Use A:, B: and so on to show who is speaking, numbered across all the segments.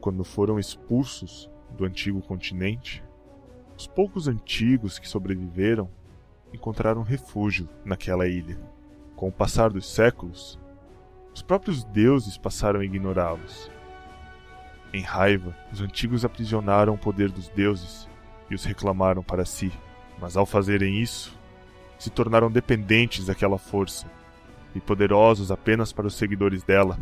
A: quando foram expulsos do antigo continente, os poucos antigos que sobreviveram encontraram refúgio naquela ilha. Com o passar dos séculos, os próprios deuses passaram a ignorá-los. Em raiva, os antigos aprisionaram o poder dos deuses e os reclamaram para si, mas ao fazerem isso, se tornaram dependentes daquela força e poderosos apenas para os seguidores dela.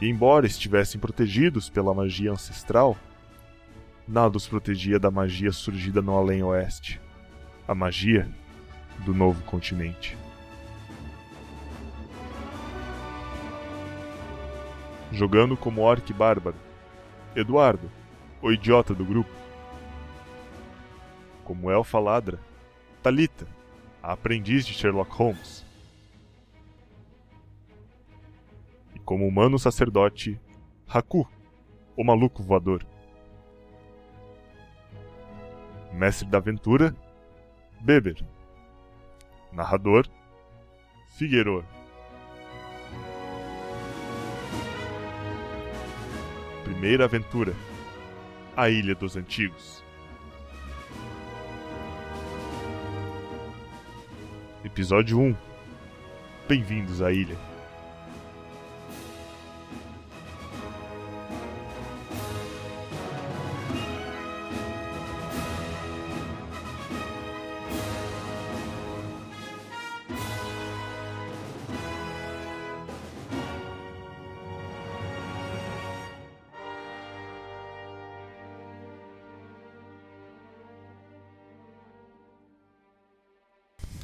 A: E embora estivessem protegidos pela magia ancestral, nada os protegia da magia surgida no além-oeste a magia do novo continente. Jogando como orc bárbaro, Eduardo, o idiota do grupo. Como elfa ladra, Talita, a aprendiz de Sherlock Holmes. E como humano sacerdote, Haku, o maluco voador. Mestre da aventura, Beber. Narrador: Figueiro. Primeira aventura: A Ilha dos Antigos. Episódio 1. Bem-vindos à ilha.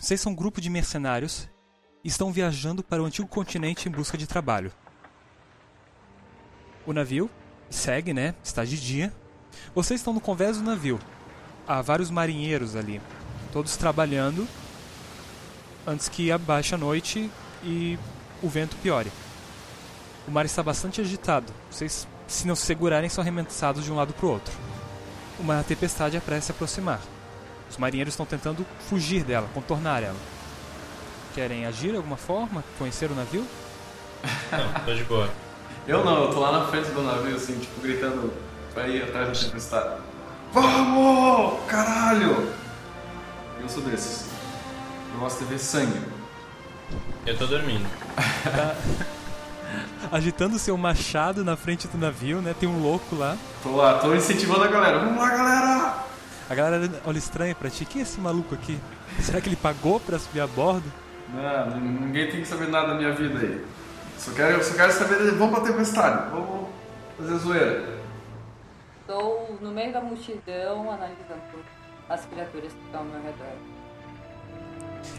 B: Vocês são um grupo de mercenários e estão viajando para o antigo continente em busca de trabalho. O navio segue, né? Está de dia. Vocês estão no convés do navio. Há vários marinheiros ali, todos trabalhando antes que abaixe a noite e o vento piore. O mar está bastante agitado. Vocês, se não se segurarem, são arremessados de um lado para o outro. Uma tempestade é para se aproximar. Os marinheiros estão tentando fugir dela, contornar ela. Querem agir de alguma forma? Conhecer o navio?
C: Não, tô de boa.
D: Eu não, eu tô lá na frente do navio, assim, tipo, gritando pra ir atrás da tempestade. Vamos! Caralho! Eu sou desses. Eu gosto de ver sangue.
C: Eu tô dormindo.
B: Agitando seu machado na frente do navio, né? Tem um louco lá.
D: Tô lá, tô incentivando a galera. Vamos lá, galera!
B: A galera olha estranha pra ti. Quem é esse maluco aqui? Será que ele pagou pra subir a bordo?
D: Não, ninguém tem que saber nada da minha vida aí. Só quero, só quero saber. Vamos pra tempestade, vamos fazer zoeira.
E: Estou no meio da multidão analisando as criaturas que estão ao meu redor.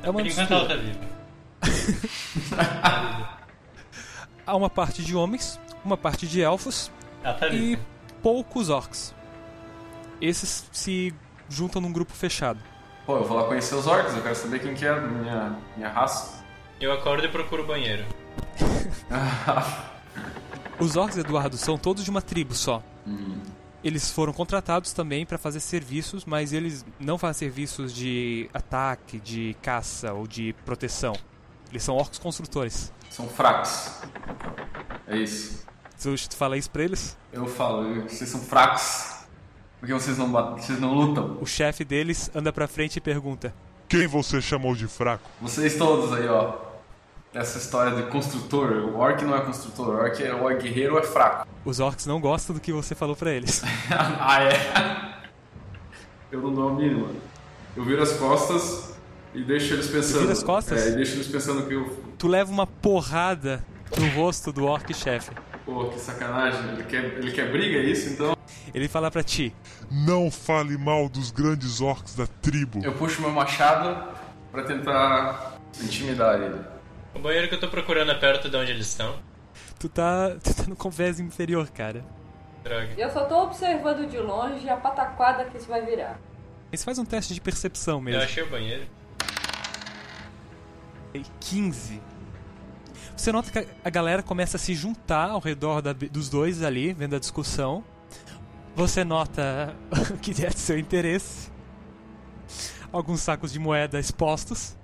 B: É uma
C: Por enquanto ela tá viva.
B: Há uma parte de homens, uma parte de elfos
C: Ela tá
B: e
C: viva.
B: poucos orcs. Esses se juntam num grupo fechado.
D: Pô, eu vou lá conhecer os orcs, eu quero saber quem que é a minha, minha raça.
C: Eu acordo e procuro o banheiro.
B: Os orcs, Eduardo, são todos de uma tribo só. Eles foram contratados também para fazer serviços, mas eles não fazem serviços de ataque, de caça ou de proteção. Eles são orcs construtores.
D: São fracos. É isso.
B: Tu tu fala isso pra eles?
D: Eu falo, eu- vocês são fracos. Porque vocês não batem, vocês não lutam.
B: O chefe deles anda pra frente e pergunta:
A: Quem você chamou de fraco?
D: Vocês todos aí, ó. Essa história de construtor, o orc não é construtor, o orc é, ou é guerreiro ou é fraco.
B: Os orcs não gostam do que você falou pra eles.
D: ah, é? Eu não dou a mínima. Eu viro as costas e deixo eles pensando.
B: vira as costas?
D: É, e deixo eles pensando que eu.
B: tu leva uma porrada no rosto do orc chefe.
D: Pô, que sacanagem, ele quer, ele quer briga, é isso? Então
B: Ele fala pra ti:
F: Não fale mal dos grandes orcs da tribo.
D: eu puxo meu machado pra tentar intimidar ele.
C: O banheiro que eu tô procurando é perto de onde eles estão.
B: tu tá, tu tá no convés inferior, cara.
C: Droga.
E: Eu só tô observando de longe a pataquada que isso vai virar.
B: Eles faz um teste de percepção
C: Eu
B: mesmo.
C: achei o banheiro.
B: e 15. Você nota que a- a galera começa a se juntar ao redor da- dos dois ali, vendo a discussão. Você nota o que é de seu interesse. Alguns sacos de moeda expostos.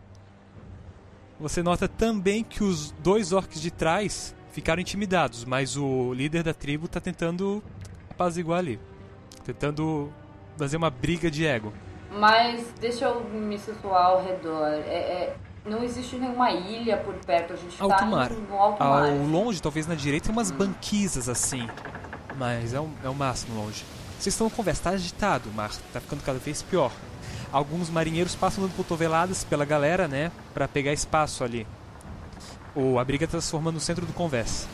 B: Você nota também que os dois orcs de trás ficaram intimidados, mas o líder da tribo tá tentando apaziguar ali. Tentando fazer uma briga de ego.
E: Mas deixa eu me situar ao redor. É- é- não existe nenhuma ilha por perto. A gente
B: Alto
E: tá
B: mar. um
E: indo no alto mar.
B: Ao longe, talvez na direita, tem umas banquisas assim. Mas é o, é o máximo longe. Vocês estão conversa, tá agitado, o mar tá ficando cada vez pior. Alguns marinheiros passam dando cotoveladas pela galera, né? Pra pegar espaço ali. Ou a briga tá se formando no centro do conversa.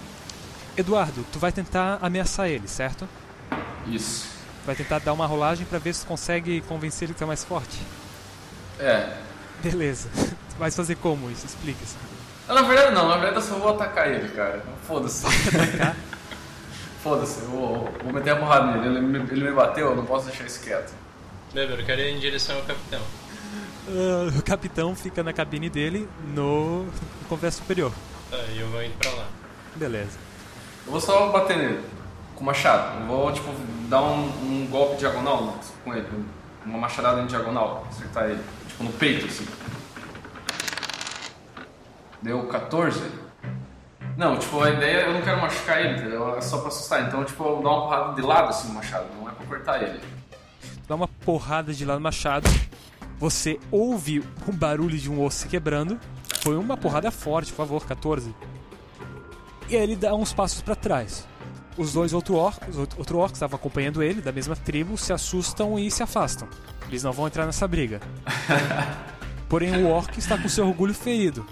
B: Eduardo, tu vai tentar ameaçar ele, certo?
D: Isso.
B: Vai tentar dar uma rolagem pra ver se tu consegue convencer ele que tu é mais forte.
D: É.
B: Beleza. Tu vai fazer como isso? Explica-se.
D: Ah, Na verdade, não. Na verdade, eu só vou atacar ele, cara. Foda-se. Foda-se. Eu Vou, vou meter a porrada nele. Ele me, ele me bateu, eu não posso deixar isso quieto.
C: Beber, eu quero ir em direção ao capitão.
B: Ah, o capitão fica na cabine dele no conversa superior.
C: Tá, e eu vou indo pra lá.
B: Beleza.
D: Eu vou só bater nele. Com o machado. Eu vou, tipo, dar um, um golpe diagonal com ele. Uma machadada em diagonal. Acertar ele. Tipo, no peito, assim. Deu 14. Não, tipo, a ideia eu não quero machucar ele, entendeu? É só pra assustar. Então, tipo, eu dou uma porrada de lado, assim, no machado. Não é pra cortar ele.
B: Dá uma porrada de lá no machado. Você ouve um barulho de um osso se quebrando. Foi uma porrada forte, por favor, 14. E aí ele dá uns passos pra trás. Os dois outro orcos, outro outro orcs que estavam acompanhando ele, da mesma tribo, se assustam e se afastam. Eles não vão entrar nessa briga. Porém, o orc está com seu orgulho ferido.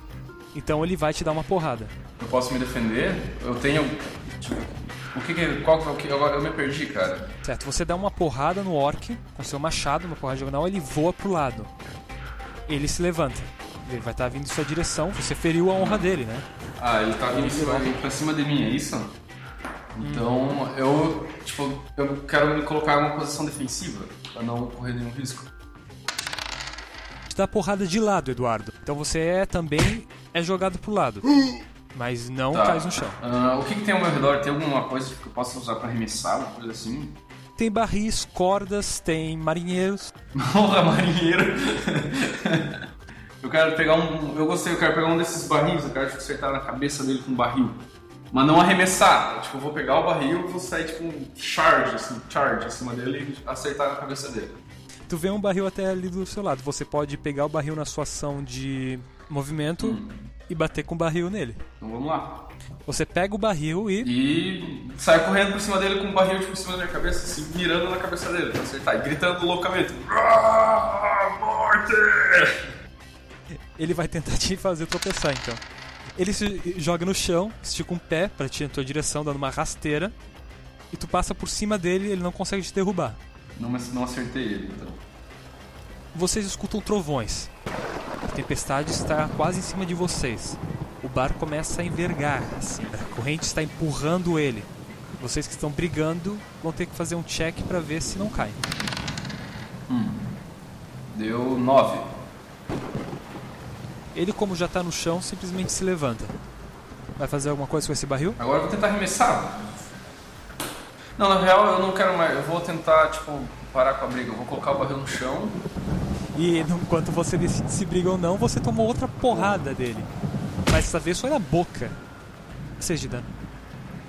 B: Então ele vai te dar uma porrada.
D: Eu posso me defender? Eu tenho. Tipo, o que que. Qual que é o que. Eu, eu me perdi, cara.
B: Certo, você dá uma porrada no orc com seu machado, uma porrada diagonal, ele voa pro lado. Ele se levanta. Ele vai estar vindo em sua direção, você feriu a honra dele, né?
D: Ah, ele tá vindo pra, pra cima de mim, é isso? Então eu. Tipo, eu quero me colocar em uma posição defensiva pra não correr nenhum risco.
B: Te dá porrada de lado, Eduardo. Então você é também é jogado pro lado. Mas não
D: Tá.
B: cai no chão.
D: Ah, o que, que tem ao meu redor? Tem alguma coisa que eu possa usar pra arremessar, alguma coisa assim?
B: Tem barris, cordas, tem marinheiros.
D: Honra marinheiro! eu quero pegar um. Eu gostei, eu quero pegar um desses barris, eu quero tipo, acertar na cabeça dele com um barril. Mas não arremessar. Tipo, eu vou pegar o barril e vou sair tipo um charge, assim, charge acima dele e acertar na cabeça dele.
B: Tu vê um barril até ali do seu lado. Você pode pegar o barril na sua ação de movimento e bater com o barril nele.
D: Então vamos lá.
B: Você pega o barril e
D: E saio correndo por cima dele com o barril tipo, em cima da minha cabeça, assim, mirando na cabeça dele pra acertar. E gritando loucamente. "Ah, Morte!
B: Ele vai tentar te fazer tropeçar, então. Ele se joga no chão, estica um pé pra ti na tua direção, dando uma rasteira. E tu passa por cima dele, ele não consegue te derrubar.
D: Não, mas não acertei ele, então.
B: Vocês escutam trovões. A tempestade está quase em cima de vocês. O bar começa a envergar, assim. A corrente está empurrando ele. Vocês que estão brigando vão ter que fazer um check pra ver se não cai.
D: Deu 9.
B: Ele, como já tá no chão, simplesmente se levanta. Vai fazer alguma coisa com esse barril?
D: Agora eu vou tentar arremessar. Não, na real eu não quero mais. Eu vou tentar, tipo, parar com a briga. Eu vou colocar o barril no chão.
B: E enquanto você decide se briga ou não, você tomou outra porrada dele. Mas dessa vez foi na boca. Seis de dano.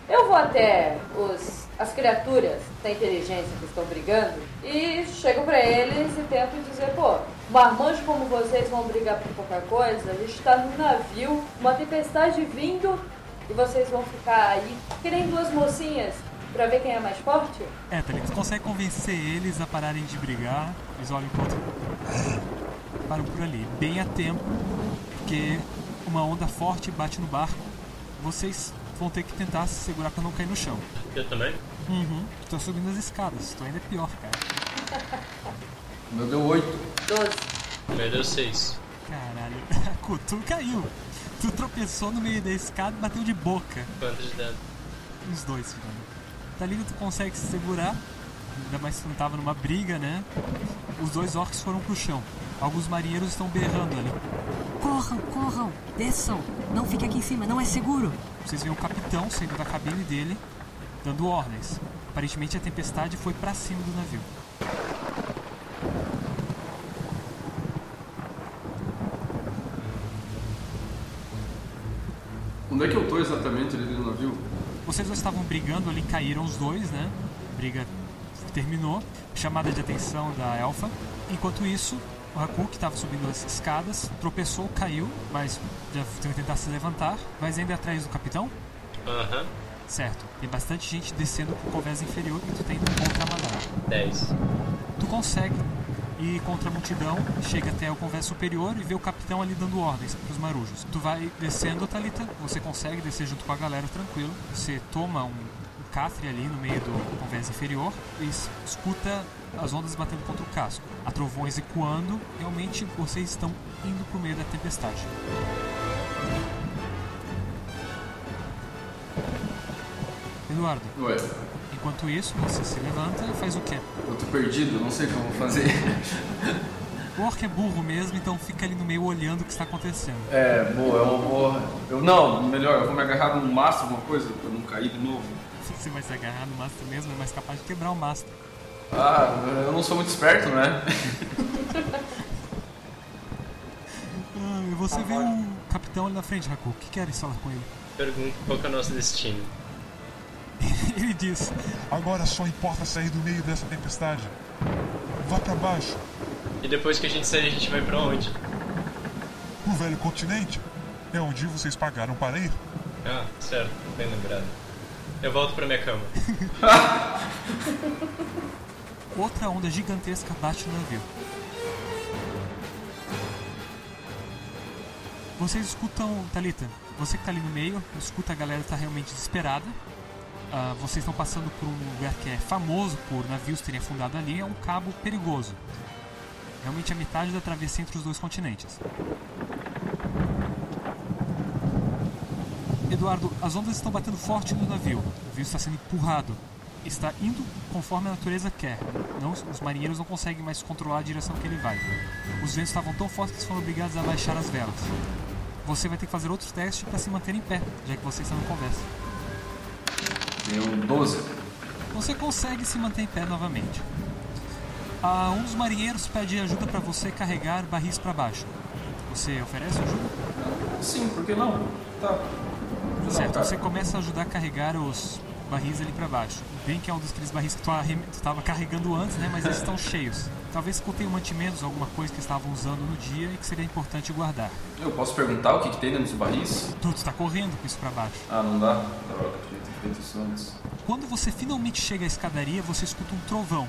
E: Eu vou até os, as criaturas da inteligência que estão brigando e chego pra eles e tento dizer, pô, marmanjos como vocês vão brigar por qualquer coisa, a gente tá num navio, uma tempestade vindo e vocês vão ficar aí que nem duas mocinhas pra ver quem é mais forte?
B: É, tá ligado? Você consegue convencer eles a pararem de brigar. Eles olham pro outro. Param por ali, bem a tempo, porque uma onda forte bate no barco. Vocês vão ter que tentar se segurar pra não cair no chão.
C: Eu também?
B: Uhum. Tô subindo as escadas, tô ainda pior, cara.
D: O meu deu 8.
E: Doze.
C: O meu deu 6.
B: Caralho. Cu, tu caiu. Tu tropeçou no meio da escada e bateu de boca.
C: Quanto de dano?
B: Os dois ficando. Tá ligado? Tu consegue se segurar. Ainda mais que tu não tava numa briga, né? Os dois orcs foram pro chão. Alguns marinheiros estão berrando ali.
G: Corram, corram, desçam. Não fique aqui em cima, não é seguro.
B: Vocês veem o capitão saindo da cabine dele, dando ordens. Aparentemente a tempestade foi pra cima do navio.
D: Onde é que eu tô exatamente ali dentro do navio?
B: Vocês dois estavam brigando ali, caíram os dois, né? Briga terminou. Chamada de atenção da elfa. Enquanto isso, o Haku, que estava subindo as escadas, tropeçou, caiu, mas já foi tentar se levantar, mas ainda atrás do capitão.
C: Aham.
B: Certo, tem bastante gente descendo pro convés inferior e tu tenta contramandar.
C: 10.
B: Tu consegue ir contra a multidão, chega até o convés superior e vê o capitão ali dando ordens pros marujos. Tu vai descendo, Thalita, você consegue descer junto com a galera tranquilo. Você toma um, um cafre ali no meio do convés inferior e es- escuta as ondas batendo contra o casco, a trovões ecoando. Realmente vocês estão indo pro meio da tempestade. Eduardo,
D: Ué,
B: enquanto isso, você se levanta e faz o quê?
D: eu tô perdido, eu não sei o que eu vou fazer.
B: O orc é burro mesmo, então fica ali no meio olhando o que está acontecendo.
D: É, boa, eu vou. Eu, não, melhor, eu vou me agarrar num mastro, alguma coisa, pra eu não cair de novo.
B: Você vai se agarrar no mastro mesmo, é mais capaz de quebrar o mastro.
D: Ah, eu não sou muito esperto, né?
B: Ah, e você vê o capitão ali na frente, Haku. O que queres falar com ele?
C: Pergunto qual que é o nosso destino.
B: Ele diz:
F: Agora só importa sair do meio dessa tempestade. Vá pra baixo,
C: E depois que a gente sair, a gente vai pra onde?
F: pro velho continente. É onde vocês pagaram para ir.
C: Ah, certo. Bem lembrado. Eu volto pra minha cama.
B: Outra onda gigantesca bate no navio. Vocês escutam, Thalita, você que tá ali no meio, escuta a galera tá realmente desesperada. Ah, vocês estão passando por um lugar que é famoso por navios terem afundado ali, é um cabo perigoso. Realmente a metade da travessia entre os dois continentes. Eduardo, as ondas estão batendo forte no navio. O navio está sendo empurrado. Está indo conforme a natureza quer. Não, os marinheiros não conseguem mais controlar a direção que ele vai. Os ventos estavam tão fortes que eles foram obrigados a baixar as velas. Você vai ter que fazer outros testes para se manter em pé, já que você está no conversa.
D: Deu 12.
B: Você consegue se manter em pé novamente. Ah, um dos marinheiros pede ajuda para você carregar barris para baixo. Você oferece ajuda?
D: Sim, por que não? Tá.
B: Certo, você começa a ajudar a carregar os barris ali pra baixo. Bem que é um dos aqueles barris que tu, arrem... tu tava carregando antes, né? Mas eles estão cheios. Talvez contenham mantimentos, alguma coisa que estavam usando no dia e que seria importante guardar.
D: Eu posso perguntar o que, que tem dentro dos barris?
B: Tu, tu tá correndo com isso pra baixo.
D: Ah, não dá? Droga, devia ter feito isso antes.
B: Quando você finalmente chega à escadaria, você escuta um trovão.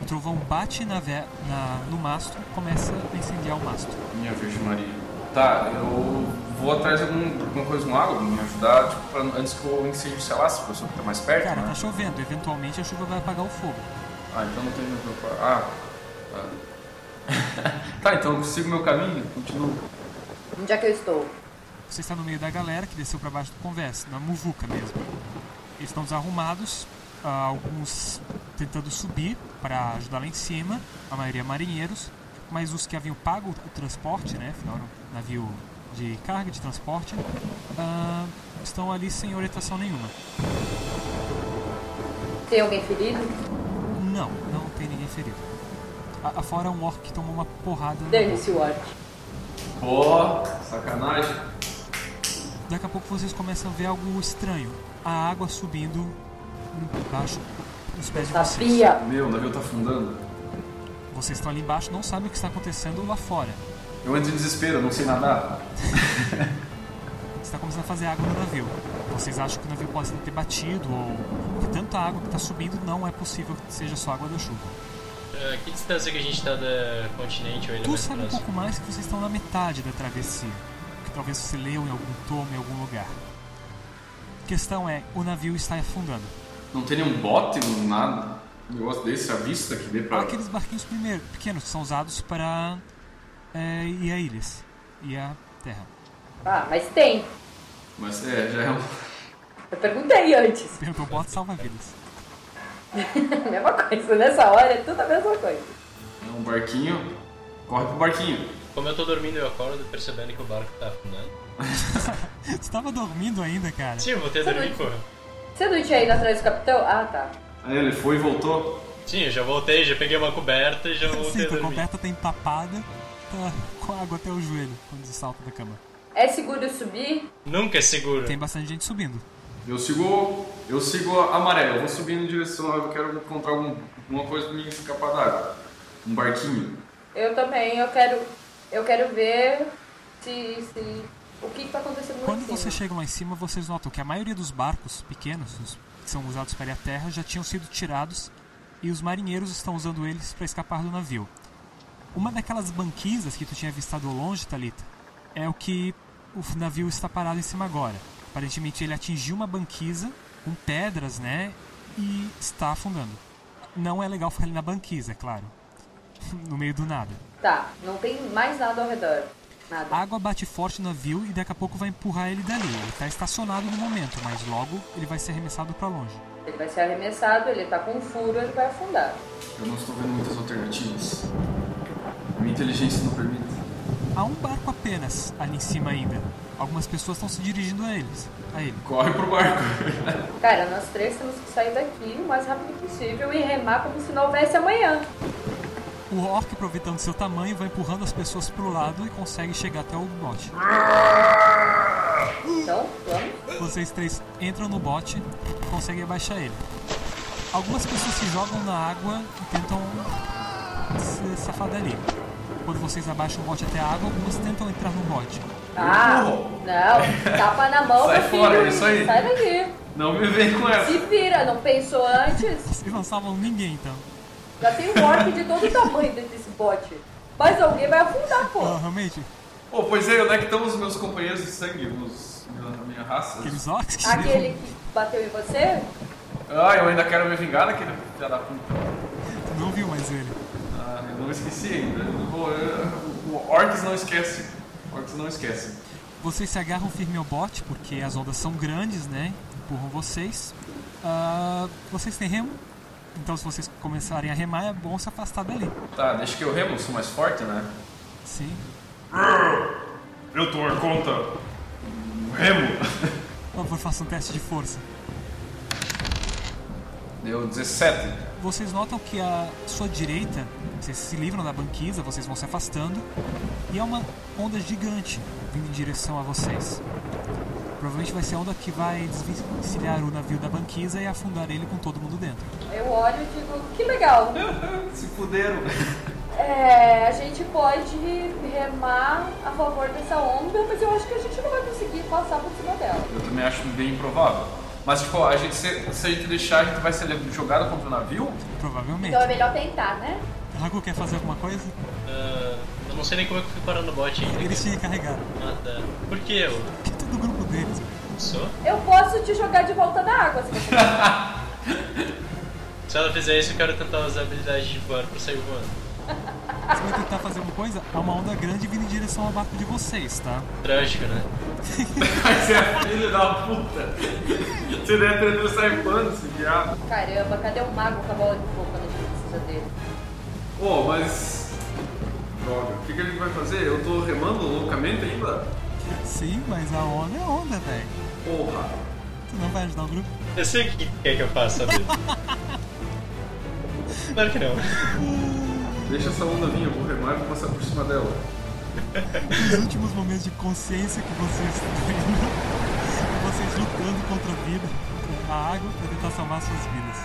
B: O trovão bate na ve... na... no mastro, começa a incendiar o mastro.
D: Minha Virgem Maria. Tá, eu vou atrás de algum, alguma coisa com água pra me ajudar, tipo, pra, antes que o incêndio se alasse, pra pessoa que tá mais perto,
B: Cara,
D: né?
B: tá chovendo, eventualmente a chuva vai apagar o fogo.
D: Ah, então não tem me preocupar. Ah, tá. tá, então eu sigo meu caminho, continuo.
E: Onde é que eu estou?
B: Você está no meio da galera que desceu para baixo do convés, na muvuca mesmo. Eles estão desarrumados, ah, alguns tentando subir para ajudar lá em cima, a maioria marinheiros, mas os que haviam pago o transporte, né, afinal era um navio de carga, de transporte, ah, estão ali sem orientação nenhuma.
E: Tem alguém ferido?
B: Não, não tem ninguém ferido. A- Afora um orc que tomou uma porrada. no
E: Dane-se o orc.
D: Ó, sacanagem.
B: Daqui a pouco vocês começam a ver algo estranho. A água subindo um, embaixo dos pés de vocês.
E: Sabia!
D: Meu, o navio tá afundando.
B: Vocês estão ali embaixo, não sabem o que está acontecendo lá fora.
D: Eu entro em desespero, eu não sei nadar.
B: Está começando a fazer água no navio. Vocês acham que o navio pode ter batido ou que tanta água que está subindo não é possível que seja só água da chuva.
C: Ah, que distância que a gente tá da continente ou ainda
B: Tu
C: mais
B: sabe um
C: próximo?
B: pouco mais que vocês estão na metade da travessia, que talvez você leu em algum tomo, em algum lugar. A questão é, o navio está afundando.
D: Não tem nenhum bote, não nada. Um negócio desse, à vista que dê pra.
B: Aqueles barquinhos primeiro, pequenos, que são usados para é, ir a ilhas e a terra.
E: Ah, mas tem.
D: Mas é, já é um.
E: Eu perguntei antes.
B: Perguntou, bota salva-vidas.
E: mesma coisa, nessa hora é tudo a mesma coisa.
D: É um barquinho. Corre pro barquinho.
C: Como eu tô dormindo, eu acordo percebendo que o barco tá afundando.
B: Você estava dormindo ainda, cara?
C: Sim, eu voltei a
E: Tá
C: dormir,
E: bom.
C: porra.
E: Você não tinha ido atrás do capitão? Ah, tá.
D: Aí ele foi e voltou.
C: Sim, eu já voltei, já peguei uma coberta e já voltei
B: Sim,
C: a
B: tua
C: dormir.
B: coberta tá empapada, tá com água até o joelho quando você salta da cama.
E: É seguro subir?
C: Nunca é seguro.
B: Tem bastante gente subindo.
D: Eu sigo. Eu sigo a maré, eu vou subindo em direção, eu quero encontrar algum, alguma coisa pra me escapar da água. Um barquinho.
E: Eu também, eu quero. Eu quero ver se. se o que, que tá acontecendo lá
B: Quando
E: em cima.
B: você chega lá em cima, vocês notam que a maioria dos barcos pequenos, os que são usados para ir à terra, já tinham sido tirados e os marinheiros estão usando eles para escapar do navio. Uma daquelas banquisas que tu tinha avistado ao longe, Talita, é o que o navio está parado em cima agora. Aparentemente ele atingiu uma banquisa com pedras, né, e está afundando. Não é legal ficar ali na banquisa, é claro. No meio do nada.
E: Tá, não tem mais nada ao redor. Nada.
B: A água bate forte no navio e daqui a pouco vai empurrar ele dali. Ele está estacionado no momento, mas logo ele vai ser arremessado para longe.
D: Ah.
E: Ele vai ser arremessado, ele tá com um furo, ele vai afundar.
D: Eu não estou vendo muitas alternativas. A minha inteligência não permite.
B: Há um barco apenas ali em cima ainda. Algumas pessoas estão se dirigindo a eles. A ele.
D: Corre pro barco.
E: Cara, nós três temos que sair daqui o mais rápido possível e remar como se não houvesse amanhã.
B: O orc, aproveitando seu tamanho, vai empurrando as pessoas pro lado e consegue chegar até o bote.
E: Então, vamos.
B: Vocês três entram no bote e conseguem abaixar ele. Algumas pessoas se jogam na água e tentam se safar dali. Quando vocês abaixam o bote até a água, algumas tentam entrar no bote.
E: Ah, não. Tapa na mão,
D: Sai
E: meu filho.
D: fora, é isso aí.
E: Sai daqui.
D: Não me vem com essa.
E: Se vira, não pensou antes.
B: Vocês não salvam ninguém então.
E: Já tem um orc de todo tamanho dentro desse bote. Mas alguém vai afundar, pô.
B: Ah, realmente,
D: Oh, pois é, onde é que estão os meus companheiros de sangue? Os, minha, a minha raça?
B: aqueles orcs que
E: Aquele que bateu em você?
D: Ah, eu ainda quero me vingar daquele filho da puta.
B: Tu não viu mais ele.
D: Ah, eu não esqueci ainda. Eu vou- eu- o Orcs não esquece. Orcs não esquece.
B: Vocês se agarram firme ao bote, porque as ondas são grandes, né? Empurram vocês. Ah, vocês têm remo? Então se vocês começarem a remar, é bom se afastar dali.
D: Tá, deixa que eu remo, sou mais forte, né?
B: Sim.
D: Eu tô em conta. Remo.
B: Por favor, façam um teste de força.
D: Deu 17.
B: Vocês notam que a sua direita, vocês se livram da banquisa, vocês vão se afastando, e é uma onda gigante vindo em direção a vocês. Provavelmente vai ser a onda que vai desvencilhar o navio da banquisa e afundar ele com todo mundo dentro.
E: Eu olho e digo, que legal.
D: Se fuderam.
E: É, a gente pode remar a favor dessa onda, mas eu acho que a gente não vai conseguir passar por cima dela.
D: Eu também acho bem improvável. Mas, tipo, a gente, se, se a gente deixar, a gente vai ser jogado contra o navio?
B: Provavelmente.
E: Então é melhor tentar, né?
B: Rago quer fazer alguma coisa?
C: Ah, eu não sei nem como é que eu fui parar no bot ainda.
B: Eles te recarregaram.
C: Ah, tá. Por que eu?
B: Que é do grupo deles.
C: Sou?
E: Eu posso te jogar de volta na água se você quiser.
C: Se ela fizer isso, eu quero tentar usar a habilidade de voar pra sair voando.
B: Você vai tentar fazer alguma coisa? Há uma onda grande vindo em direção ao barco de vocês, tá?
C: Trágico, né?
D: Você é filho da puta. Você deve ter ido sair quando, esse viado.
E: Caramba, cadê o mago com a bola de fogo quando a gente precisa dele?
D: Pô, mas... Droga. O que, que a gente vai fazer? Eu tô remando loucamente ainda?
B: Sim, mas a onda é onda, velho.
D: Porra.
B: Tu não vai ajudar o grupo?
C: Eu sei o que quer que eu faça, sabe? claro que não.
D: Deixa essa onda vir, eu vou remar e vou passar por cima dela.
B: Os últimos momentos de consciência que vocês têm, né? vocês lutando contra a vida, contra a água, pra tentar salvar suas vidas.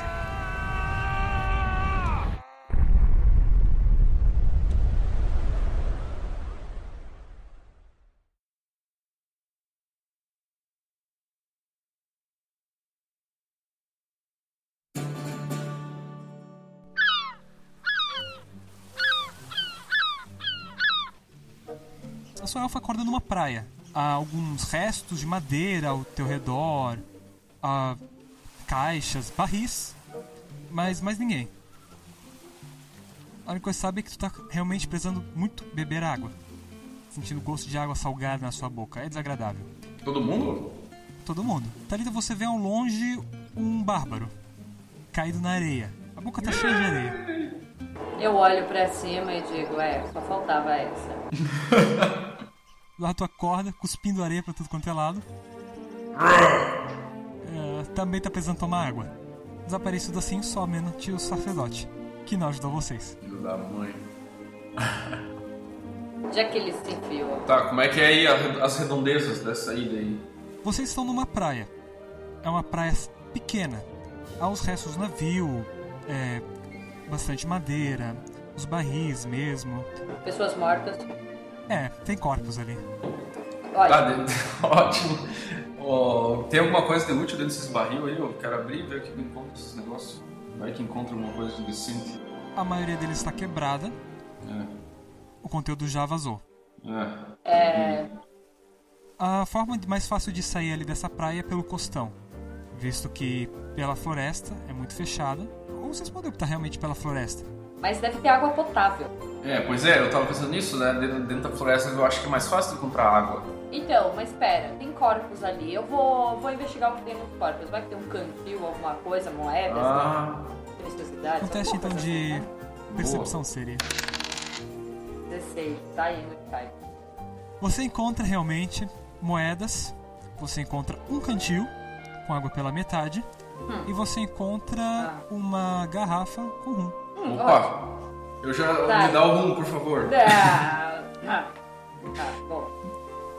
B: A sua elfa acorda numa praia. Há alguns restos de madeira ao teu redor, há caixas, barris, mas mais ninguém. A única coisa que sabe é que tu tá realmente precisando muito beber água. Sentindo o gosto de água salgada na sua boca. É desagradável.
D: Todo mundo?
B: Todo mundo. Talita, você vê ao longe um bárbaro caído na areia. A boca tá cheia de areia.
E: Eu olho pra cima e digo, é, só faltava essa.
B: Lá tu acorda, cuspindo areia pra tudo quanto é lado. É, também tá precisando tomar água. Desaparecido assim, só somente o sacerdote, que não ajudou vocês.
D: Filho da mãe.
E: Onde é que ele se enfiou?
D: Tá, como é que é aí a- as redondezas dessa ilha aí?
B: Vocês estão numa praia. É uma praia pequena. Há os restos do navio, é, bastante madeira, os barris mesmo.
E: Pessoas mortas.
B: É, tem corpos ali.
D: Tá,
E: Olha,
D: de- ótimo. Ó, tem alguma coisa de útil dentro desses barril aí? Eu quero abrir e ver o que eu encontro esses negócios. Vai que encontra alguma coisa decente.
B: A maioria deles está quebrada,
D: É.
B: o conteúdo já vazou.
D: É.
E: é,
B: A forma de- mais fácil de sair ali dessa praia é pelo costão, visto que pela floresta é muito fechada. Ou vocês podem optar realmente pela floresta.
E: mas deve ter água potável.
D: É, pois é, eu tava pensando nisso, né? Dentro, dentro da floresta eu acho que é mais fácil de encontrar água.
E: Então, mas espera, tem corpos ali. Eu vou, vou investigar o que tem nos corpos. Vai que tem um cantil, alguma coisa, moedas, né?
D: Ah,
E: preciosidade.
B: Um teste então de
E: assim, né?
B: percepção seria.
E: 16, tá indo, cai.
B: Você encontra realmente moedas, você encontra um cantil com água pela metade e você encontra uma garrafa com rum.
D: opa! Eu já.
E: Hum, Tá.
D: Me dá o rum, por favor.
E: Ah, ah, ah, bom.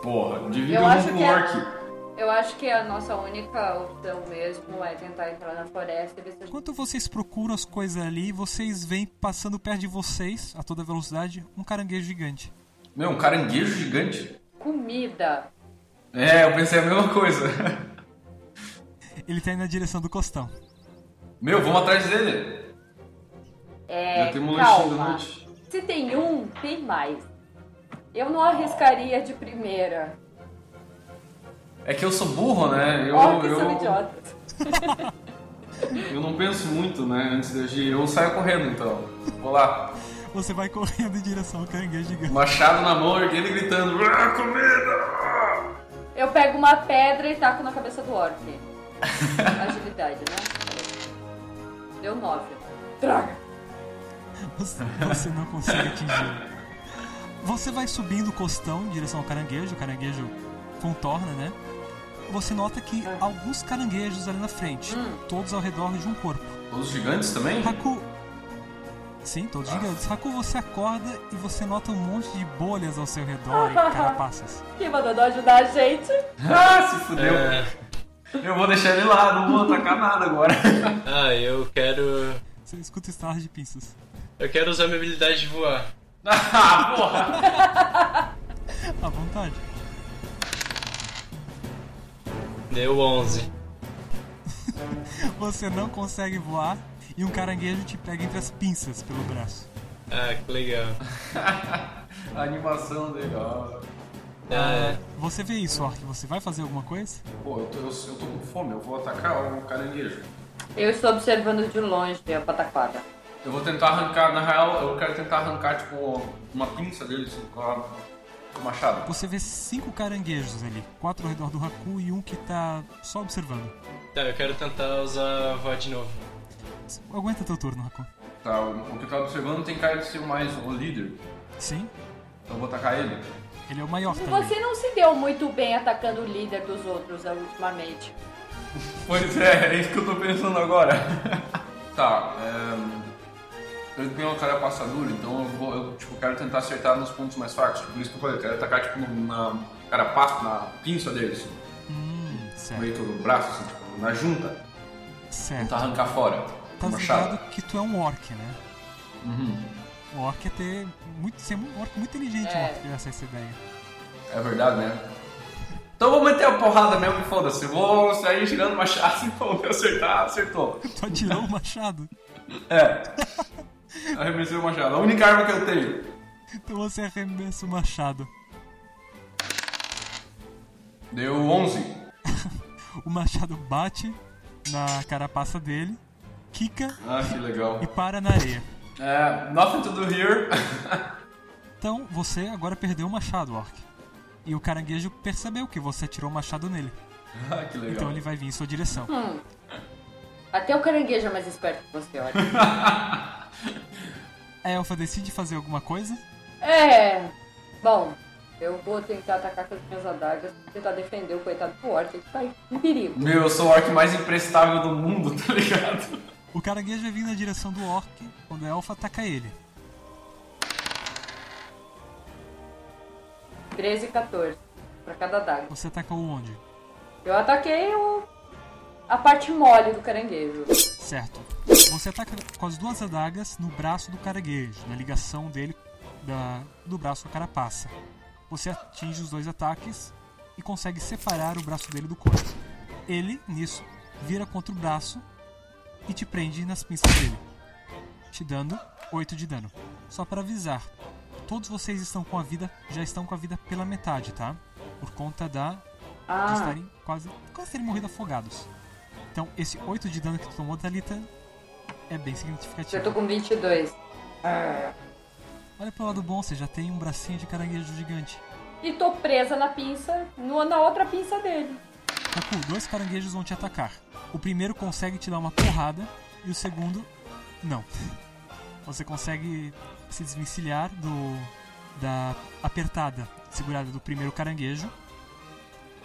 D: Porra, divide
E: Eu
D: o rum
E: acho
D: com
E: que
D: o
E: é-
D: orc.
E: Eu acho que a nossa única opção mesmo é tentar entrar na floresta e ver se a gente
B: Enquanto vocês procuram as coisas ali, vocês veem passando perto de vocês, a toda velocidade, um caranguejo gigante.
D: Meu, um caranguejo gigante.
E: comida.
D: É, eu pensei a mesma coisa.
B: Ele tá indo na direção do costão.
D: Meu, vamos atrás dele.
E: É,
D: já temos um lanchinho da
E: calma.
D: noite.
E: Se tem um, tem mais. Eu não arriscaria de primeira.
D: É que eu sou burro, né? Eu,
E: Orcs
D: eu,
E: são idiotas.
D: eu não penso muito, né? Antes de agir. Eu saio correndo, então. Vou lá. um
B: Você vai correndo em direção ao caranguejo gigante.
D: Machado na mão, erguendo e gritando. "Ah, comida!
E: Eu pego uma pedra e taco na cabeça do orc. Agilidade, né? Deu nove. Droga!
B: Você, você não consegue atingir. Você vai subindo o costão em direção ao caranguejo, o caranguejo contorna, né? Você nota que alguns caranguejos ali na frente, todos ao redor de um corpo.
D: Os gigantes também?
B: Haku. Sim, todos gigantes. Haku, você acorda e você nota um monte de bolhas ao seu redor e carapaças.
E: Quem mandou ajudar a gente?
D: Ah, se fudeu.
C: É,
D: Eu vou deixar ele lá, não vou atacar nada agora.
C: ah, eu quero.
B: Você escuta estalar de pinças.
C: Eu quero usar minha habilidade de voar.
D: ah, porra!
B: À vontade.
C: Deu 11.
B: Você não consegue voar e um caranguejo te pega entre as pinças pelo braço.
C: Ah, que legal.
D: A animação dele, ó.
C: Ah,
B: Você vê isso, Orc? Você vai fazer alguma coisa?
D: Pô, eu tô, eu, eu tô com fome, eu vou atacar o caranguejo.
E: Eu estou observando de longe a pataquada.
D: Eu vou tentar arrancar, na real, eu quero tentar arrancar, tipo, uma pinça dele, assim, com a- com o machado.
B: Você vê cinco caranguejos ali, quatro ao redor do Haku e um que tá só observando.
C: tá, eu quero tentar usar a voar de novo.
B: Aguenta teu turno, Haku.
D: Tá, o, o que eu tava observando tem cara de ser mais o líder.
B: Sim,
D: Então eu vou atacar ele.
B: ele é o maior também.
E: Você não se deu muito bem atacando o líder dos outros eh, ultimamente.
D: Pois é, é isso que eu tô pensando agora. tá, é... eu tenho uma cara passadura, então eu, vou, eu tipo, quero tentar acertar nos pontos mais fracos. Por isso que eu falei, eu quero atacar tipo, no- na carapaça, na pinça dele, assim,
B: Hum,
D: no
B: certo.
D: meio do braço, assim, tipo, na junta.
B: certo.
D: Tentar arrancar fora.
B: É. Tá
D: o machado.
B: ligado que tu é um orc, né? Uhum. O orc é ter. Muito, ser um orc muito inteligente, o
E: É.
B: orc, ter essa, essa ideia.
D: É verdade, né? Então eu vou meter a porrada mesmo, que foda-se. Eu Vou sair girando o machado e vou acertar, acertou.
B: Tu atirou o machado.
D: É. Arremessei o machado. A única arma que eu tenho.
B: Então você arremessa o machado.
D: Deu 11.
B: O machado bate na carapaça dele, quica
D: Ah, que legal.
B: e para na areia.
D: É, nothing to do here.
B: Então você agora perdeu o machado, orc. E o caranguejo percebeu que você atirou o machado nele.
D: ah, que legal.
B: Então ele vai vir em sua direção.
E: Até o caranguejo é mais esperto que você, olha.
B: A elfa decide fazer alguma coisa.
E: É. Bom, eu vou tentar atacar com as minhas adagas, tentar defender o coitado do orc que tá em perigo.
D: Meu, eu sou o orc mais imprestável do mundo, tá ligado?
B: O caranguejo vai vir na direção do orc quando a elfa ataca ele.
E: 13 e 14. Pra cada dado.
B: Você atacou onde?
E: Eu ataquei o... a parte mole do caranguejo.
B: Certo. Você ataca com as duas adagas no braço do caraguejo, na ligação dele da- do braço à carapaça. Você atinge os dois ataques e consegue separar o braço dele do corpo. Ele, nisso, vira contra o braço e te prende nas pinças dele, te dando 8 de dano. Só para avisar, todos vocês estão com a vida, já estão com a vida pela metade, tá? Por conta da de
E: Ah,
B: estarem quase, quase terem morrido afogados. Então, esse 8 de dano que tu tomou, Thalita, é bem
E: já
B: significativo.
E: tô com 22.
B: Olha pro lado bom, você já tem um bracinho de caranguejo gigante.
E: E tô presa na pinça, no- na outra pinça dele.
B: Kaku, dois caranguejos vão te atacar. O primeiro consegue te dar uma porrada e o segundo, não. Você consegue se desvencilhar do da apertada segurada do primeiro caranguejo,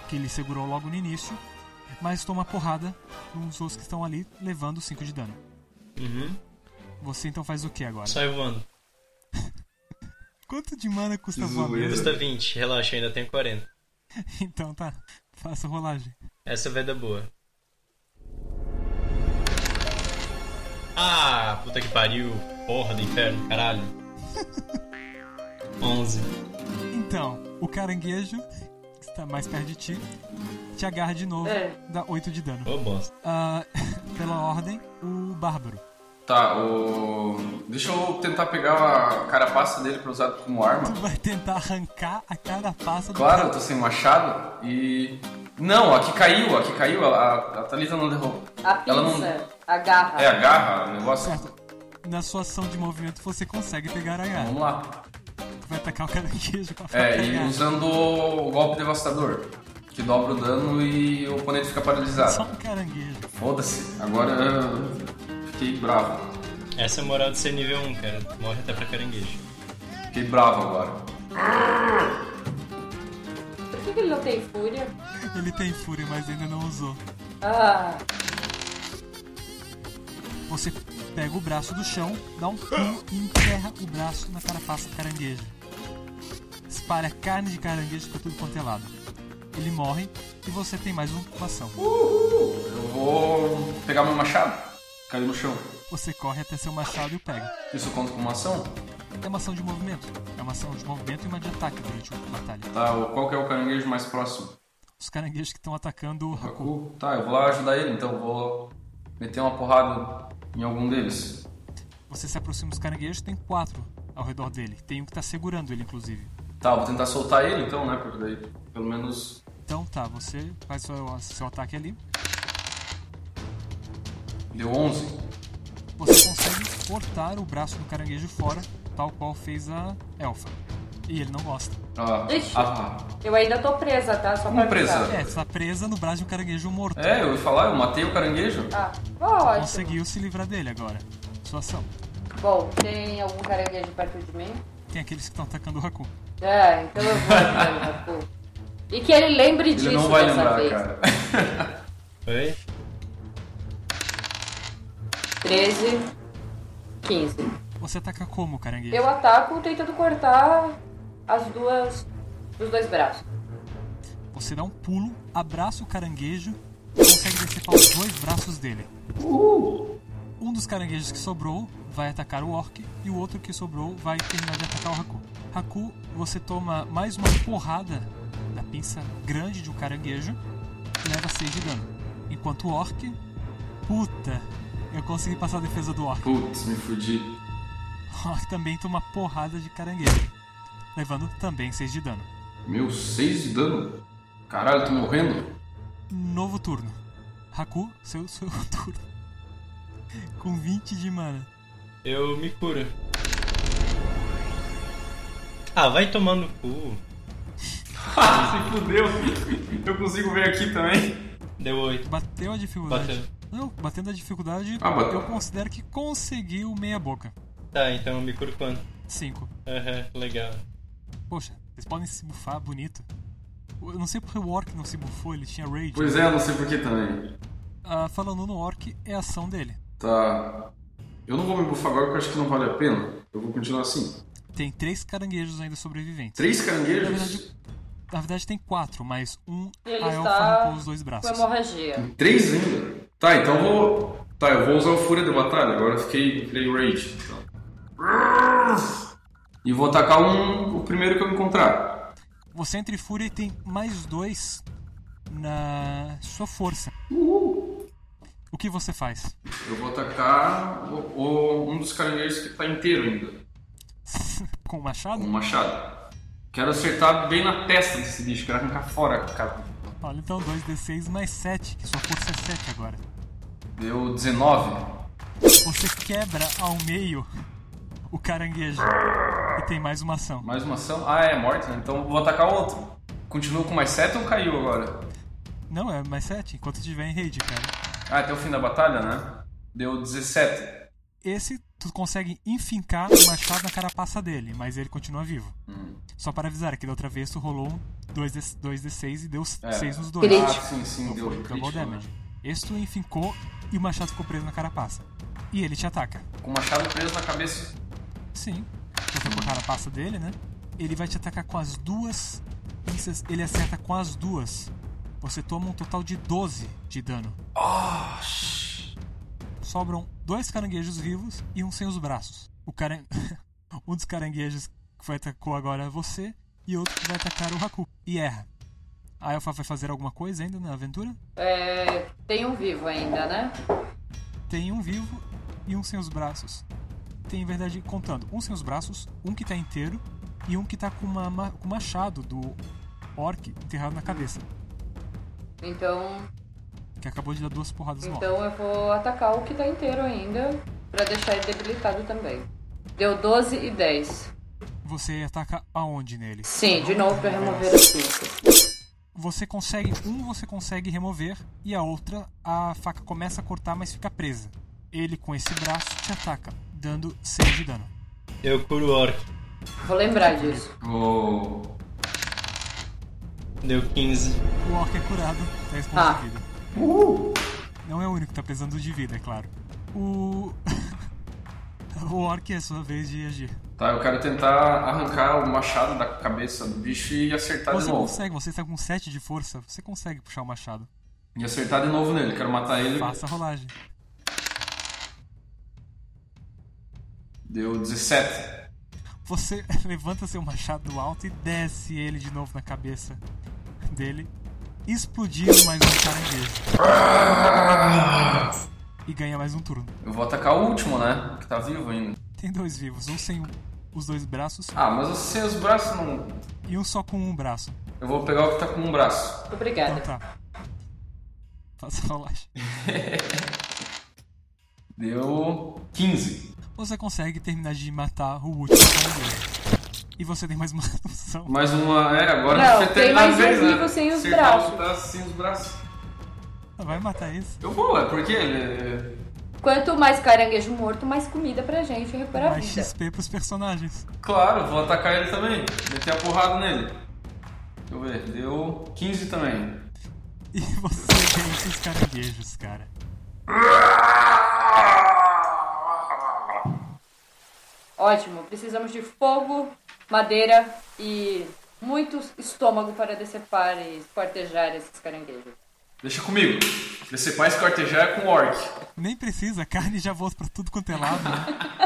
B: que ele segurou logo no início, mas toma porrada nos outros que estão ali, levando 5 de dano.
C: Uhum.
B: Você então faz o que agora?
C: Sai voando.
B: Quanto de mana custa
D: Zoeira.
B: voador?
C: Custa 20, relaxa, ainda tenho 40.
B: Então tá, faça rolagem.
C: Essa vai dar boa. Ah, puta que pariu. Porra do inferno, caralho. 11.
B: Então, o caranguejo, que está mais perto de ti, te agarra de novo,
E: É.
B: dá 8 de dano.
C: Ô bosta.
B: Ah, pela ordem, o bárbaro.
D: Tá, o. Deixa eu tentar pegar a carapaça dele pra usar como arma.
B: Tu vai tentar arrancar a carapaça do
D: Claro, eu tô sem machado e. Não, a que caiu, a que caiu, a, a Thalita não derrubou.
E: A
D: Ela não-
E: pinça, a garra.
D: É, a garra, o negócio.
B: Certo. Na sua ação de movimento você consegue pegar a garra.
D: Vamos lá.
B: Tu vai atacar o caranguejo com a faca
D: É,
B: e a
D: e
B: garra.
D: usando o golpe devastador, que dobra o dano e o oponente fica
B: Só
D: paralisado.
B: um caranguejo.
D: Foda-se, agora eu fiquei bravo.
C: Essa é a moral de ser nível 1, cara. Morre até pra caranguejo.
D: Fiquei bravo agora.
E: Por que, que ele não tem fúria?
B: Ele tem fúria, mas ainda não usou.
E: Ah,
B: Você pega o braço do chão, dá um pulo e enterra o braço na carapaça do caranguejo. Espalha carne de caranguejo pra tudo quanto é lado. Ele morre e você tem mais uma ocupação.
D: Eu vou pegar meu machado. Caiu no chão.
B: Você corre até seu machado e o pega.
D: Isso conta como uma ação?
B: É uma ação de movimento. É uma ação de movimento e uma de ataque durante a batalha.
D: Tá, o- qual que é o caranguejo mais próximo?
B: Os caranguejos que estão atacando o Haku.
D: Haku? Tá, eu vou lá ajudar ele, então eu vou meter uma porrada em algum deles.
B: Você se aproxima dos caranguejos, tem quatro ao redor dele. Tem um que tá segurando ele, inclusive.
D: Tá, eu vou tentar soltar ele então, né? Porque daí pelo menos
B: Então tá, você faz seu, seu ataque ali.
D: deu 11.
B: Você consegue cortar o braço do caranguejo fora, tal qual fez a elfa. E ele não gosta.
D: Ah,
E: Ixi.
D: ah,
E: eu ainda tô presa, tá? Só pra
D: Como presa?
E: avisar.
B: É, você tá presa no braço de um caranguejo morto.
D: é, eu ia falar, eu matei o caranguejo.
E: Ah, ótimo.
B: Conseguiu se livrar dele agora. Sua ação.
E: Bom, tem algum caranguejo perto de mim?
B: Tem é aqueles que estão atacando o Haku.
E: É, então eu vou ajudar o Raku. E que ele lembre disso
D: Ele não vai
E: dessa
D: lembrar,
E: vez.
D: cara.
C: Oi?
E: 13, 15.
B: Você ataca como o caranguejo?
E: Eu ataco tentando cortar as duas. os dois braços.
B: Você dá um pulo, abraça o caranguejo e consegue decepar os dois braços dele. Um dos caranguejos que sobrou vai atacar o orc e o outro que sobrou vai terminar de atacar o Haku. Haku, você toma mais uma porrada da pinça grande de um caranguejo e leva 6 de dano. Enquanto o orc. Puta! Eu consegui passar a defesa do orc.
D: Putz, me fudi.
B: O orc também toma porrada de caranguejo, levando também 6 de dano.
D: Meu, 6 de dano. Caralho, tô morrendo.
B: Novo turno. Haku, seu, seu turno. Com 20 de mana.
C: Eu me curo. Ah, vai tomando cu.
D: Se fudeu. Eu consigo ver aqui também.
C: Deu 8.
B: Bateu a dificuldade.
C: Bateu.
B: Não, batendo a dificuldade,
D: Ah, bateu.
B: eu considero que conseguiu meia boca.
C: Tá, então eu me curo quanto?
B: 5.
C: Aham, legal.
B: Poxa, vocês podem se bufar bonito. Eu não sei porque o Orc não se bufou, ele tinha Rage.
D: Pois é, não sei por que também.
B: Ah, falando no Orc, é a ação dele.
D: Tá. Eu não vou me bufar agora porque eu acho que não vale a pena. Eu vou continuar assim.
B: Tem três caranguejos ainda sobreviventes.
D: Três
B: Na verdade,
D: caranguejos?
B: na verdade tem quatro, mas um
E: Ele
B: a El
E: está
B: arrancou os dois braços.
E: com hemorragia.
D: Três ainda? Tá, então eu vou. Tá, eu vou usar o Fúria de Batalha. Agora eu fiquei. Fiquei Rage. Então. E vou atacar um, o primeiro que eu encontrar.
B: Você entra em fúria e tem mais dois na sua força. O que você faz?
D: Eu vou atacar o, o- um dos caranguejos que tá inteiro ainda.
B: Com o
D: Com
B: machado?
D: o machado. Quero acertar bem na testa desse bicho. Quero arrancar fora, cara.
B: Olha, então 2d6 mais 7, que sua força é 7 agora.
D: Deu 19.
B: Você quebra ao meio o caranguejo. E tem mais uma ação.
D: Mais uma ação? Ah, é morta, né? Então vou atacar outro. Continua com mais seta ou caiu agora?
B: Não, é mais 7, enquanto estiver em raid, cara.
D: Ah, até o fim da batalha, né? Deu 17.
B: Esse, tu consegue enfincar o machado na carapaça dele, mas ele continua vivo. Só para avisar, que da outra vez tu rolou um 2D, 2d6 e deu 6 nos dois.
D: Ah,
E: Crítico.
D: sim, sim, deu
B: Double
D: crítico, né?
B: damage. Esse tu enfincou e o machado ficou preso na carapaça. E ele te ataca.
D: Com o machado preso na cabeça.
B: Sim. Então, Já foi com a carapaça dele, né? Ele vai te atacar com as duas pinças. Ele acerta com as duas. Você toma um total de 12 de dano. Sobram dois caranguejos vivos e um sem os braços. O caran... um dos caranguejos que foi atacou agora é você e outro que vai atacar o Haku. E erra. A Elfa vai fazer alguma coisa ainda na aventura?
E: É, tem um vivo ainda, né?
B: Tem um vivo e um sem os braços. Tem, em verdade, contando, um sem os braços, um que tá inteiro e um que tá com uma ma- com um machado do orc enterrado na cabeça,
E: Então,
B: que acabou de dar duas porradas no orc.
E: então eu vou atacar o que tá inteiro ainda, pra deixar ele debilitado também. Deu 12 e 10.
B: Você ataca aonde nele?
E: Sim, de novo pra remover as pinças.
B: Você consegue, um você consegue remover e a outra a faca começa a cortar, mas fica presa. Ele com esse braço te ataca, dando 6 de dano.
C: Eu curo o orc.
E: Vou lembrar disso.
D: Vou.
C: Deu 15.
B: O orc é curado, 10 pontos
E: Ah.
B: de vida. Não é o único que tá precisando de vida, é claro. O. o orc é a sua vez de agir.
D: Tá, eu quero tentar arrancar o machado da cabeça do bicho e acertar
B: Você
D: Tá de novo.
B: consegue, você está com 7 de força, você consegue puxar o machado.
D: E acertar de novo nele. Quero matar ele.
B: Faça a rolagem.
D: Deu 17.
B: Você levanta seu machado do alto e desce ele de novo na cabeça dele, explodindo mais um caranguejo. E ganha mais um turno.
D: Eu vou atacar o último, né? Que tá vivo ainda.
B: Tem dois vivos, um sem os dois braços
D: Ah, mas os seus braços não.
B: e um só com um braço.
D: Eu vou pegar o que tá com um braço.
E: Obrigada.
B: Então tá. Faça a rolagem.
D: Deu 15.
B: Você consegue terminar de matar o último caranguejo. E você tem mais uma ação.
D: Mais uma. É, agora
E: Não,
D: vai
E: tem
D: terminar
E: mais
D: a vez,
E: um
D: né?
E: nível sem os
D: Acertar
E: braços.
D: os braços, sem os braços.
B: Vai matar esse.
D: Eu vou, é porque é, ele.
E: Quanto mais caranguejo morto, mais comida pra gente recuperar a
B: Mais
E: vida.
B: XP pros personagens.
D: Claro, eu vou atacar ele também. Meter a porrada nele. Deixa eu ver, deu 15 também.
B: E você vence os caranguejos, cara.
E: Ótimo, precisamos de fogo, madeira e muito estômago para decepar e esquartejar esses caranguejos.
D: Deixa comigo. Decepar esse cortejar é com orc.
B: Nem precisa, carne já volta pra tudo quanto é lado. né?